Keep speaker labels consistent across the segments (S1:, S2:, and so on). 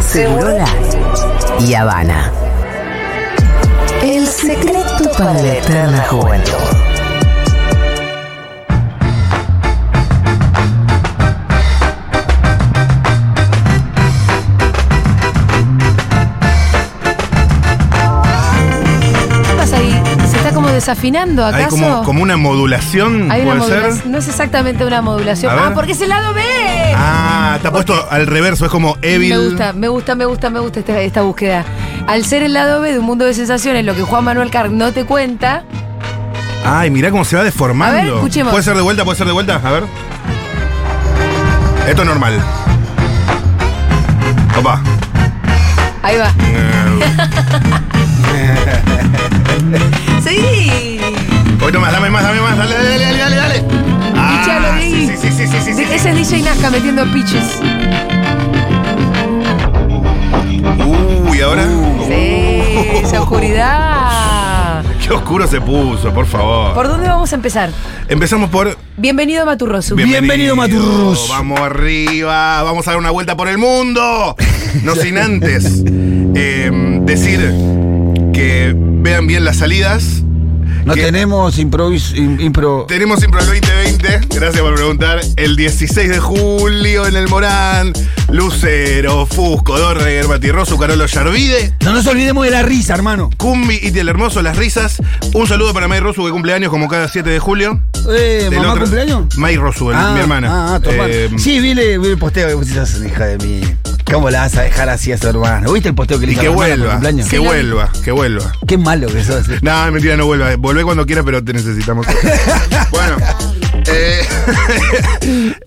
S1: Segurola y Habana. El secreto para la eterna juventud.
S2: ¿Qué pasa ahí? ¿Se está como desafinando
S3: Hay
S2: acaso?
S3: como, como una modulación,
S2: Hay una
S3: puede
S2: modulación.
S3: ser.
S2: No es exactamente una modulación.
S3: A ver.
S2: Ah, porque es el lado B.
S3: Ah, está puesto al reverso, es como Evil.
S2: Me gusta, me gusta, me gusta, me gusta esta, esta búsqueda. Al ser el lado B de un mundo de sensaciones, lo que Juan Manuel Carr no te cuenta,
S3: Ay, mirá cómo se va deformando.
S2: A ver, escuchemos.
S3: Puede ser de vuelta, puede ser de vuelta. A ver. Esto es normal. Opa.
S2: ahí va. Sí.
S3: Un poquito más, dame más, dame más. Dale, dale, dale, dale. dale.
S2: Pichalo,
S3: sí,
S2: Di.
S3: sí, sí, sí, sí, sí, sí.
S2: Ese es DJ Nazca metiendo pitches.
S3: Uy, ahora.
S2: Sí, esa oscuridad.
S3: Qué oscuro se puso, por favor.
S2: ¿Por dónde vamos a empezar?
S3: Empezamos por
S2: Bienvenido a Maturrosu.
S3: Bienvenido,
S4: Maturros.
S3: Vamos arriba, vamos a dar una vuelta por el mundo. No sin antes eh, decir que vean bien las salidas.
S4: No
S3: que
S4: tenemos improvis, im- impro.
S3: Tenemos Impro 2020, gracias por preguntar. El 16 de julio en el Morán, Lucero, Fusco, Dorreger, Matirroso, Carolo Yarvide.
S4: No nos olvidemos de la risa, hermano.
S3: Cumbi y Tiel Hermoso, Las Risas. Un saludo para May Rosu que cumple años como cada 7 de julio.
S4: Eh,
S3: Del
S4: ¿Mamá
S3: otro-
S4: cumpleaños?
S3: May Rosu, el- mi hermana.
S4: Ah, ah, tu hermana.
S3: Eh,
S4: sí, vi, le- vi el posteo que pusiste, sos hija de mí. ¿Cómo la vas a dejar así a su hermana? ¿Viste el posteo que le
S3: Y
S4: hizo
S3: que
S4: a la hermana por
S3: vuelva,
S4: cumpleaños?
S3: que
S2: Sí, la-
S3: vuelva, que vuelva.
S4: Qué malo que sos. eh.
S3: No, mentira, no vuelva. Volvé cuando quieras, pero te necesitamos. bueno. eh,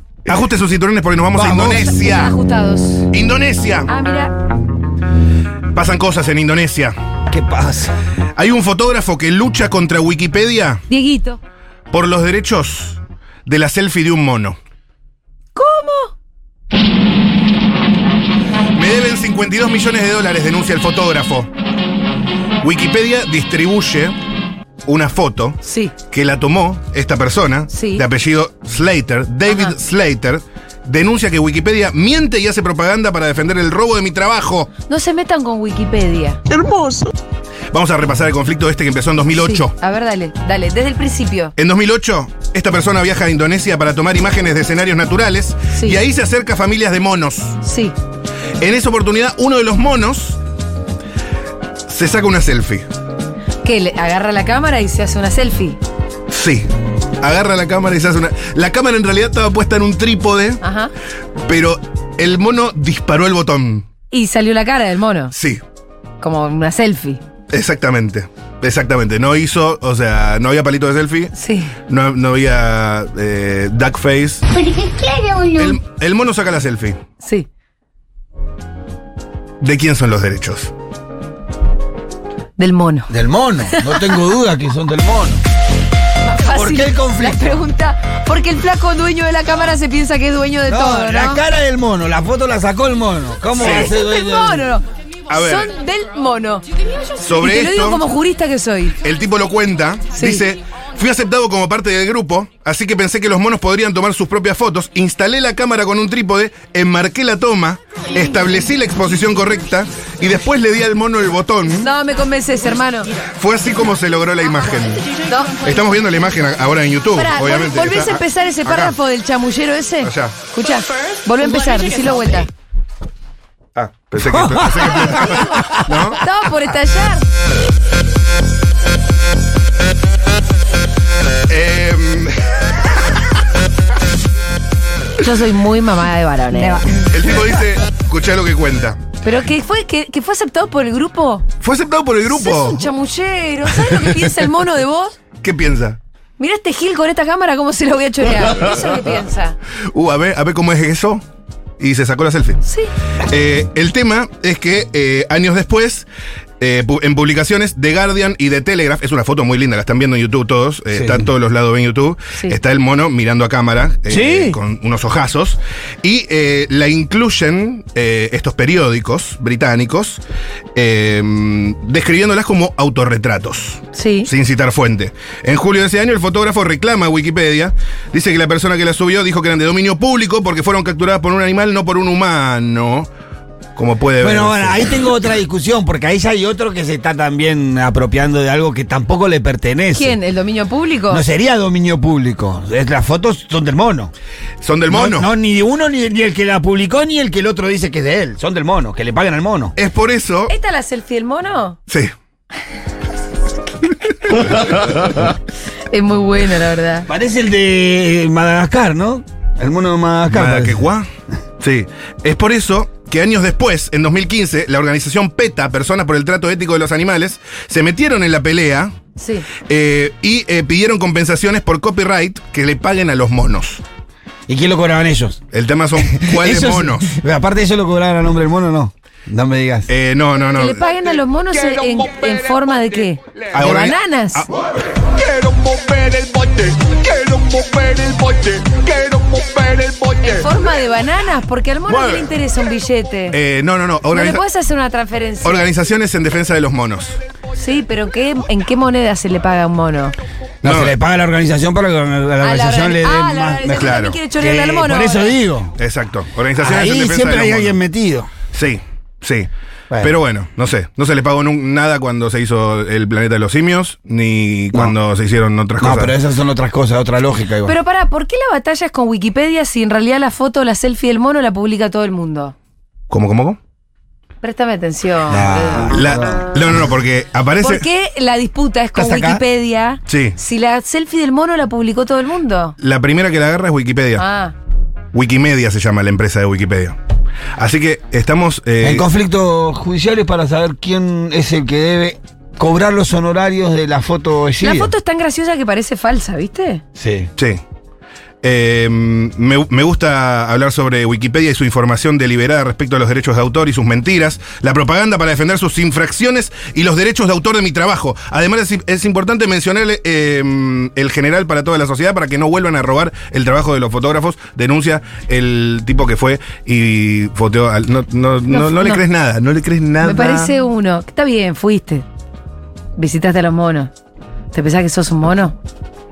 S3: ajuste sus cinturones porque nos vamos,
S4: Vamos.
S3: a Indonesia.
S2: Ajustados.
S3: Indonesia.
S2: Ah, mira.
S3: Pasan cosas en Indonesia.
S4: ¿Qué pasa?
S3: Hay un fotógrafo que lucha contra Wikipedia
S2: Dieguito.
S3: por los derechos de la selfie de un mono.
S2: ¿Cómo?
S3: Me deben 52 millones de dólares, denuncia el fotógrafo. Wikipedia distribuye una foto
S2: Sí.
S3: que la tomó esta persona,
S2: Sí.
S3: de apellido Slater, David
S2: Ajá.
S3: Slater, denuncia que Wikipedia miente y hace propaganda para defender el robo de mi trabajo.
S2: No se metan con Wikipedia.
S3: Vamos a repasar el conflicto este que empezó en 2008.
S2: Sí. A ver, dale, dale, desde el principio.
S3: En 2008, esta persona viaja a Indonesia para tomar imágenes de escenarios naturales
S2: Sí.
S3: y ahí se acerca a familias de monos.
S2: Sí.
S3: En esa oportunidad, uno de los monos se saca una selfie.
S2: Que le agarra la cámara y se hace una selfie.
S3: Sí. Agarra la cámara y se hace una... La cámara en realidad estaba puesta en un trípode,
S2: Ajá.
S3: pero el mono disparó el botón.
S2: Y salió la cara del mono,
S3: Sí,
S2: como una selfie.
S3: Exactamente, exactamente. No hizo, o sea, no había palito de selfie,
S2: Sí.
S3: no, no había eh, duck face.
S5: Porque quiero uno.
S3: El, el mono saca la selfie.
S2: Sí.
S3: ¿De quién son los derechos?
S2: Del mono.
S4: Del mono. No tengo duda que son del mono.
S2: Fácil.
S4: qué el conflicto?
S2: La pregunta. Porque el flaco dueño de la cámara se piensa que es dueño de todo, ¿no?
S4: la cara del mono. La foto la sacó el mono. ¿Cómo
S3: Sí.
S4: va a ser
S2: Son del
S4: dueño?
S2: mono.
S3: A ver.
S2: Son del mono. y
S3: Sobre
S2: te lo digo
S3: esto,
S2: como jurista que soy.
S3: el tipo lo cuenta,
S2: Sí.
S3: dice, fui aceptado como parte del grupo, así que pensé que los monos podrían tomar sus propias fotos, instalé la cámara con un trípode, enmarqué la toma, establecí la exposición correcta y después le di al mono el botón.
S2: No me convences, hermano.
S3: Fue así como se logró la imagen.
S2: No.
S3: Estamos viendo la imagen a- ahora en YouTube,
S2: Pará, vol-
S3: obviamente.
S2: ¿volvés
S3: Está
S2: a empezar ese
S3: acá.
S2: párrafo del chamullero ese?
S3: Allá.
S2: Escucha, volvé a empezar, decirlo vuelta.
S3: Ah, pensé que. pensé que- ¿No?
S2: Estaba por estallar.
S3: Em,
S2: Yo soy muy mamada de varones.
S3: el tipo dice: Escuchá lo que cuenta.
S2: Pero que fue, que, que fue aceptado por el grupo.
S3: Fue aceptado por el
S2: Sos
S3: grupo.
S2: un chamullero. ¿Sabes lo que piensa el mono de vos?
S3: ¿Qué piensa?
S2: Mirá este Gil con esta cámara, cómo se lo voy a chorear. Eso es lo que piensa.
S3: Uh, a ver, a ver cómo es eso. Y se sacó la selfie.
S2: Sí.
S3: Eh, el tema es que eh, años después. eh, pu- en publicaciones The Guardian y The Telegraph, es una foto muy linda, la están viendo en YouTube todos, eh,
S4: Sí.
S3: están todos los lados en YouTube,
S2: Sí.
S3: está el mono mirando a cámara eh,
S4: Sí.
S3: con unos ojazos y eh, la incluyen eh, estos periódicos británicos eh, describiéndolas como autorretratos.
S2: Sí.
S3: Sin citar fuente. En julio de ese año, el fotógrafo reclama a Wikipedia. Dice que la persona que la subió dijo que eran de dominio público porque fueron capturadas por un animal, no por un humano. como puede
S4: Bueno,
S3: ver.
S4: bueno, ahí tengo otra discusión, porque ahí ya hay otro que se está también apropiando de algo que tampoco le pertenece.
S2: ¿Quién? ¿El dominio público?
S4: No sería dominio público. Es- Las fotos son del mono.
S3: Son del mono.
S4: No, no, ni de uno, ni, ni el que la publicó, ni el que el otro dice que es de él. Son del mono, que le pagan al mono.
S3: Es por eso.
S2: ¿Esta es la selfie del mono?
S3: Sí.
S2: Es muy buena, la verdad.
S4: Parece el de eh, Madagascar, ¿no? El mono de Madagascar. parece.
S3: Madaquecuá. Sí. Es por eso que años después, en 2015, la organización PETA, Personas por el Trato Ético de los Animales, se metieron en la pelea
S2: Sí.
S3: eh, y eh, pidieron compensaciones por copyright que le paguen a los monos.
S4: ¿Y quién lo cobraban ellos?
S3: El tema son cuáles
S4: Ellos-
S3: monos.
S4: Aparte, ellos lo cobraban a nombre del mono, no. No me digas.
S3: Eh, no, no, no.
S2: ¿Que le paguen a los monos en, en- en forma de qué?
S3: A
S2: ¿De
S3: organi-
S2: bananas?
S3: a-
S5: Quiero mover el bote, quiero mover el bote, quiero mover el bote.
S2: ¿En forma de bananas? Porque al mono
S3: Bueno.
S2: no le interesa un billete.
S3: eh, no, no, no.
S2: No le
S3: Organiza-
S2: puedes hacer una transferencia.
S3: organizaciones en defensa de los monos.
S2: Sí, pero ¿qué, ¿en qué moneda se le paga a un mono?
S4: no,
S3: no.
S4: se le paga a la organización para que la organización
S2: organi-
S4: le dé
S2: ah,
S4: más.
S2: la organización
S4: mejor.
S2: también quiere chorearle al
S4: Que-
S2: mono.
S4: Por eso
S2: ahora.
S4: digo.
S3: Exacto. Organizaciones en
S4: Ahí
S3: defensa
S4: siempre
S3: de
S4: hay
S3: los
S4: alguien
S3: monos.
S4: metido.
S3: Sí, sí.
S4: Bueno.
S3: Pero bueno, no sé. No se le pagó nun- nada cuando se hizo el planeta de los simios, ni cuando se hicieron otras
S4: No,
S3: cosas.
S4: pero esas son otras cosas, otra lógica igual.
S2: Pero pará, ¿por qué la batalla es con Wikipedia si en realidad la foto, la selfie del mono la publica todo el mundo?
S3: ¿Cómo, cómo, cómo?
S2: Préstame atención.
S4: Ah.
S2: boludo.
S3: La- no, no, no, porque aparece.
S2: ¿Por qué la disputa es con
S4: ¿Estás acá?
S2: Wikipedia
S3: Sí.
S2: si la selfie del mono la publicó todo el mundo?
S3: La primera que la agarra es Wikipedia.
S2: Ah,
S3: Wikimedia se llama la empresa de Wikipedia. Así que estamos. eh,
S4: en conflictos judiciales para saber quién es el que debe cobrar los honorarios de la foto
S2: la
S4: exhibida.
S2: foto es tan graciosa que parece falsa, ¿viste?
S4: Sí.
S3: sí. Eh, me, me gusta hablar sobre Wikipedia y su información deliberada respecto a los derechos de autor y sus mentiras, la propaganda para defender sus infracciones y los derechos de autor de mi trabajo. Además, es, es importante mencionar eh, el general para toda la sociedad para que no vuelvan a robar el trabajo de los fotógrafos. Denuncia el tipo que fue y foteó. al- no, no, no-
S2: No,
S3: no le
S2: no.
S3: crees nada, no le crees nada.
S2: Me parece uno. Está bien, fuiste. Visitaste a los monos. ¿Te pensás que sos un mono?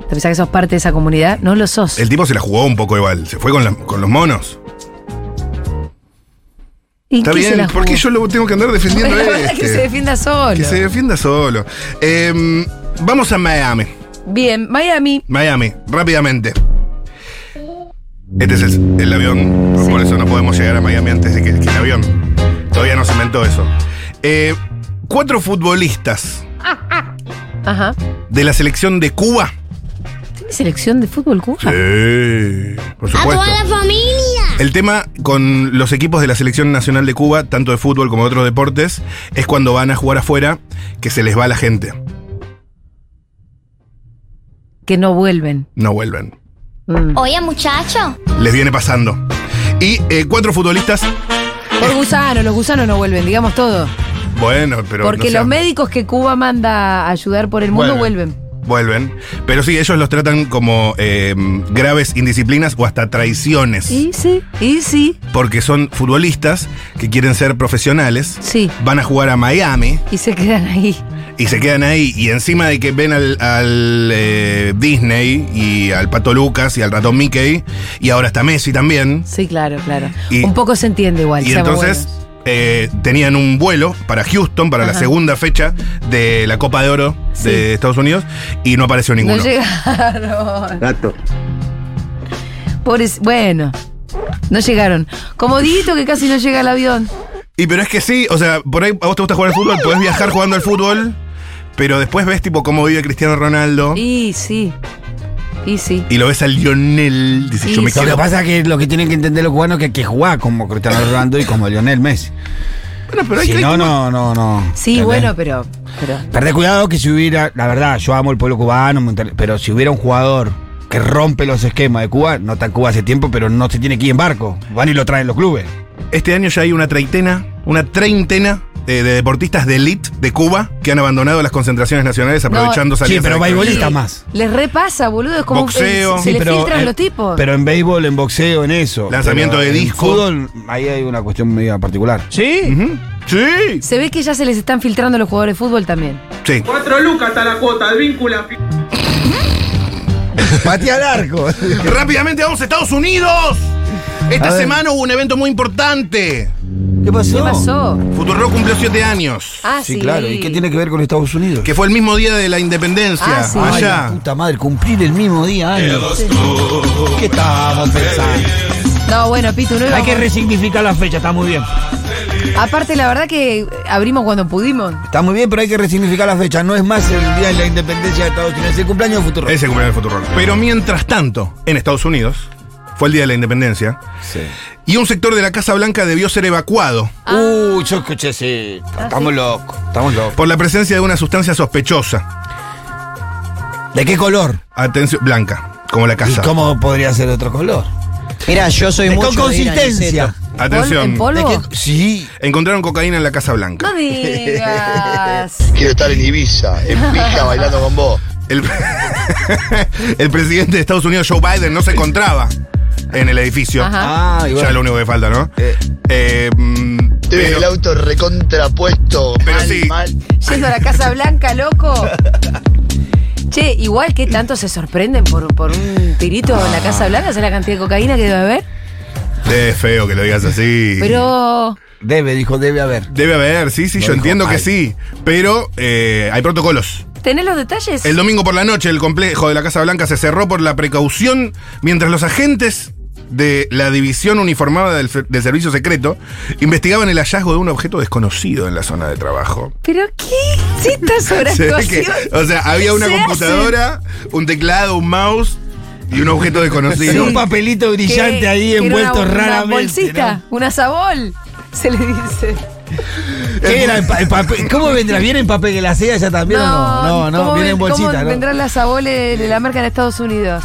S2: ¿Te pensás que sos parte de esa comunidad? No lo sos.
S3: El tipo se la jugó un poco igual, se fue con, la- con los monos.
S2: ¿Y
S3: Está
S2: qué se
S3: bien,
S2: la
S3: ¿por qué
S2: jugó?
S3: yo lo tengo que andar defendiendo
S2: La
S3: a
S2: verdad
S3: este?
S2: que se defienda solo.
S3: Que se defienda solo. Eh, vamos a Miami.
S2: Bien, Miami.
S3: Miami, rápidamente. Este es el, el avión, por eso no podemos llegar a Miami antes de que, que el avión. Todavía no se inventó eso. Eh, cuatro futbolistas
S2: Ajá.
S3: de la selección de Cuba.
S2: ¿Tiene selección de fútbol Cuba?
S3: Sí, por
S6: ¡A
S3: supuesto.
S6: toda la familia!
S3: El tema con los equipos de la selección nacional de Cuba, tanto de fútbol como de otros deportes, es cuando van a jugar afuera que se les va la gente.
S2: Que no vuelven.
S3: No vuelven.
S2: Mm.
S6: Oye, muchacho.
S3: Les viene pasando. Y eh, cuatro futbolistas.
S2: Por gusanos, los gusanos no vuelven, digamos todo.
S3: Bueno, pero. no
S2: Porque
S3: sea-
S2: los médicos que Cuba manda a ayudar por el mundo
S4: Vuelven.
S2: vuelven.
S3: Vuelven. Pero sí, ellos los tratan como eh, graves indisciplinas o hasta traiciones.
S2: Y sí, y sí,
S3: Porque son futbolistas que quieren ser profesionales.
S2: sí.
S3: Van a jugar a Miami
S2: Y se quedan ahí.
S3: y se quedan ahí. Y encima de que ven al, al, eh, Disney y al Pato Lucas y al ratón Mickey, y ahora está Messi también.
S2: Sí, claro, claro.
S3: Y-
S2: Un poco se entiende igual.
S3: Y
S2: seamos
S3: entonces
S2: buenos.
S3: eh, tenían un vuelo para Houston para la
S2: Ajá.
S3: segunda fecha de la Copa de Oro
S2: Sí.
S3: de Estados Unidos y no apareció ninguno.
S2: No llegaron. Gato. Pobres, bueno, no llegaron. Como Dito que casi no llega al avión.
S3: Y pero es que sí, o sea, por ahí a vos te gusta jugar al fútbol, podés viajar jugando al fútbol, pero después ves tipo cómo vive Cristiano Ronaldo y,
S2: Y sí, y sí.
S3: lo ves al Lionel, dices
S2: Y
S3: yo me
S2: sí.
S4: Lo que
S3: quiero.
S4: pasa es que lo que tienen que entender los cubanos es que hay que jugar como Cristiano Ronaldo y como Lionel Messi.
S3: Bueno, pero hay
S4: Si
S3: que-
S4: no, no, no, no.
S2: Sí,
S4: ¿Entendés?
S2: bueno, pero, pero.
S4: Perdés cuidado que si hubiera, la verdad, yo amo el pueblo cubano, me inter- pero si hubiera un jugador que rompe los esquemas de Cuba, no está en Cuba hace tiempo, pero no se tiene que ir en barco. Van y lo traen los clubes.
S3: Este año ya hay una treintena, una treintena eh, de deportistas de elite de Cuba que han abandonado las concentraciones nacionales aprovechando
S4: sí,
S3: salidas
S4: pero
S3: al
S4: voleibolistas
S3: extranjero.
S4: más.
S2: Les repasa, boludo. Es como
S3: Boxeo.
S2: que se, se
S3: Sí,
S2: le filtran
S4: eh,
S2: los tipos.
S4: Pero en béisbol, en boxeo, en eso.
S3: Lanzamiento
S4: Pero
S3: de
S4: en
S3: disco.
S4: fútbol, ahí hay una cuestión media particular.
S3: Sí. Ujú. Sí.
S2: se ve que ya se les están filtrando los jugadores de fútbol también.
S3: Sí.
S7: Cuatro lucas está la cuota, víncula.
S4: Patea al arco.
S3: Rápidamente vamos a Estados Unidos. Esta
S4: A ver.
S3: semana hubo un evento muy importante.
S4: ¿Qué pasó?
S2: ¿Qué pasó?
S3: Futuro cumplió siete años.
S2: Ah,
S4: Sí, claro. ¿Y qué tiene que ver con Estados Unidos?
S3: Que fue el mismo día de la independencia.
S2: Ah, sí.
S4: Ay,
S3: Allá.
S4: la puta madre, cumplir el mismo día, año. ¿Qué estábamos pensando?
S2: No, bueno, Pitu, no
S8: Hay
S2: íbamos-
S8: que resignificar la fecha, está muy bien.
S2: Aparte, la verdad que abrimos cuando pudimos.
S4: Está muy bien, pero hay que resignificar la fecha. No es más el día de la independencia de Estados Unidos, es el cumpleaños de futuro.
S3: Ese cumpleaños de Futurock. Pero mientras tanto, en Estados Unidos, fue el día de la independencia. Y un sector de la Casa Blanca debió ser evacuado
S4: Uh, yo escuché sí. Estamos locos, estamos locos.
S3: por la presencia de una sustancia sospechosa.
S4: ¿De qué color?
S3: Atención, blanca, como la
S4: ¿Y
S3: casa.
S4: cómo podría ser de otro color?
S9: Mira, yo soy
S4: ¿De
S9: mucho
S4: con
S9: de ir al
S4: consistencia?
S9: Niceto.
S3: Atención.
S2: ¿En polvo?
S4: ¿De qué- Sí.
S3: Encontraron cocaína en la Casa Blanca.
S2: No digas.
S10: Quiero estar en Ibiza, en pija, bailando con vos.
S3: El, el presidente de Estados Unidos, Joe Biden, no se encontraba en el edificio.
S2: Ajá.
S4: Ah, y
S3: Ya es
S4: bueno.
S3: lo único que falta, ¿no?
S4: Eh.
S3: Eh, mm,
S10: Te veo en
S3: pero,
S10: el auto recontrapuesto.
S3: Pero
S10: mal,
S3: sí.
S10: mal.
S2: Yendo a la Casa Blanca, loco. Che, igual que tanto se sorprenden por, por un tirito en la Casa Blanca, ¿sabes la cantidad de cocaína que debe haber?
S3: es feo que lo digas así.
S2: Pero.
S4: Debe, dijo, debe haber.
S3: Debe haber, sí, sí,
S4: Lo
S3: yo
S4: dijo
S3: entiendo que
S4: mal.
S3: sí. Pero eh, hay protocolos.
S2: ¿Tenés los detalles?
S3: El domingo por la noche, el complejo de la Casa Blanca se cerró por la precaución mientras los agentes de la división uniformada del, Fer- del servicio secreto investigaban el hallazgo de un objeto desconocido en la zona de trabajo.
S2: ¿Pero qué? Sí, está sobre
S3: Se ve que- o sea, había una
S2: Se
S3: computadora, un teclado, un mouse y un objeto desconocido.
S4: Un papelito brillante ahí envuelto
S2: Una
S4: raramente.
S2: bolsita, una sabol, se le dice.
S4: ¿no? ¿Qué era? En pa- en papel- ¿Cómo vendrá? ¿Viene en papel que la sea ya también o no? No, no,
S2: ¿cómo
S4: viene en
S2: ven-
S4: bolsita.
S2: ¿Cómo
S4: ¿no?
S2: vendrán las saboles de la marca en Estados Unidos?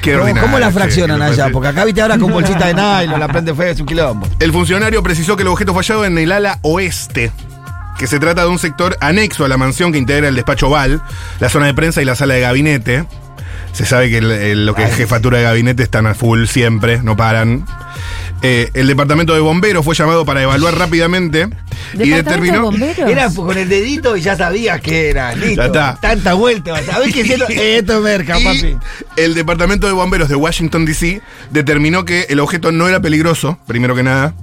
S3: Qué
S4: ¿Cómo-
S3: ordinario,
S4: ¿Cómo la
S3: che,
S4: fraccionan
S3: que me
S4: allá?
S3: parece.
S4: Porque acá viste ahora con bolsita de nylon, la prende fea, es un quilombo.
S3: El funcionario precisó que el objeto fue hallado en el ala oeste, que se trata de un sector anexo a la mansión que integra el despacho Oval, la zona de prensa y la sala de gabinete. Se sabe que el- el- lo que es jefatura de gabinete están a full siempre, no paran. Eh, el departamento de bomberos fue llamado para evaluar rápidamente y
S2: ¿Departamento de
S3: determinó.
S2: bomberos? Ah,
S4: Era con el dedito y ya sabías que era. Listo.
S3: Ya está.
S4: Tanta vuelta. ¿Sabés qué es esto? Esto es merca,
S3: y
S4: papi.
S3: el departamento de bomberos de Washington D.C. determinó que el objeto no era peligroso, primero que nada.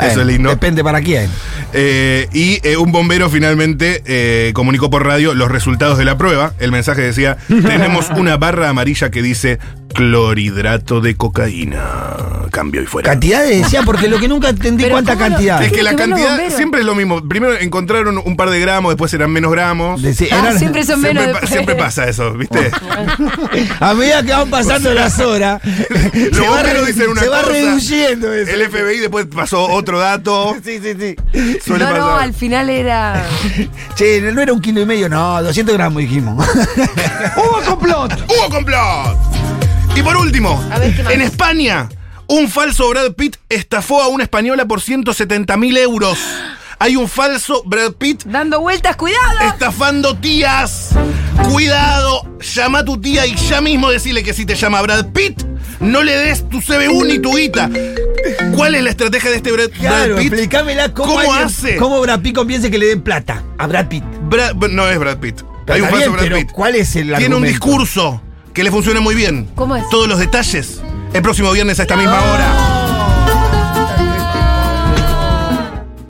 S3: Eso
S4: Eh,
S3: es lindo.
S4: Depende para quién.
S3: Eh, y eh, un bombero finalmente eh, comunicó por radio los resultados de la prueba. El mensaje decía: Tenemos una barra amarilla que dice clorhidrato de cocaína. Cambio y fuera.
S4: Cantidades decía, porque lo que nunca entendí
S2: Pero
S4: cuánta
S2: ¿cómo lo-
S4: cantidad.
S3: es que
S2: Tiene
S3: la
S2: que ver los
S3: cantidad
S2: bomberos.
S3: siempre es lo mismo. Primero encontraron un par de gramos, después eran menos gramos.
S4: Decí-
S2: Ah,
S4: eran-
S2: siempre son menos.
S3: Siempre, pa-
S2: después.
S3: siempre pasa eso, ¿viste?
S4: A medida que van pasando las horas,
S3: Los
S4: se va,
S3: bomberos
S4: re-
S3: dicen una
S4: se va
S3: cosa,
S4: reduciendo eso.
S3: El FBI después pasó otro dato.
S4: Sí, sí, sí.
S2: No,
S3: Suele
S2: no,
S3: pasar.
S2: al final era.
S4: Che, no era un kilo y medio, no, 200 gramos dijimos.
S8: ¡Hubo complot!
S3: ¡Hubo complot! Y por último,
S2: A ver, ¿qué más?
S3: en España, un falso Brad Pitt estafó a una española por 170 mil euros. Hay un falso Brad Pitt
S2: Dando vueltas, cuidado.
S3: estafando tías. Cuidado, llama a tu tía y ya mismo decirle que si te llama Brad Pitt, no le des tu CBU ni tu guita. ¿Cuál es la estrategia de este Brad,
S4: Claro,
S3: Brad Pitt?
S4: explícamela cómo,
S3: ¿Cómo
S4: alguien-
S3: hace?
S4: ¿Cómo Brad Pitt confiesa que le den plata a Brad Pitt?
S3: Brad- no es Brad Pitt.
S4: Pero
S3: Hay un
S4: está
S3: falso
S4: bien,
S3: Brad
S4: pero
S3: Pitt.
S4: ¿cuál es el
S3: Tiene un
S4: argumento?
S3: discurso que le funciona muy bien.
S2: ¿Cómo es?
S3: Todos los detalles. El próximo viernes a esta misma hora.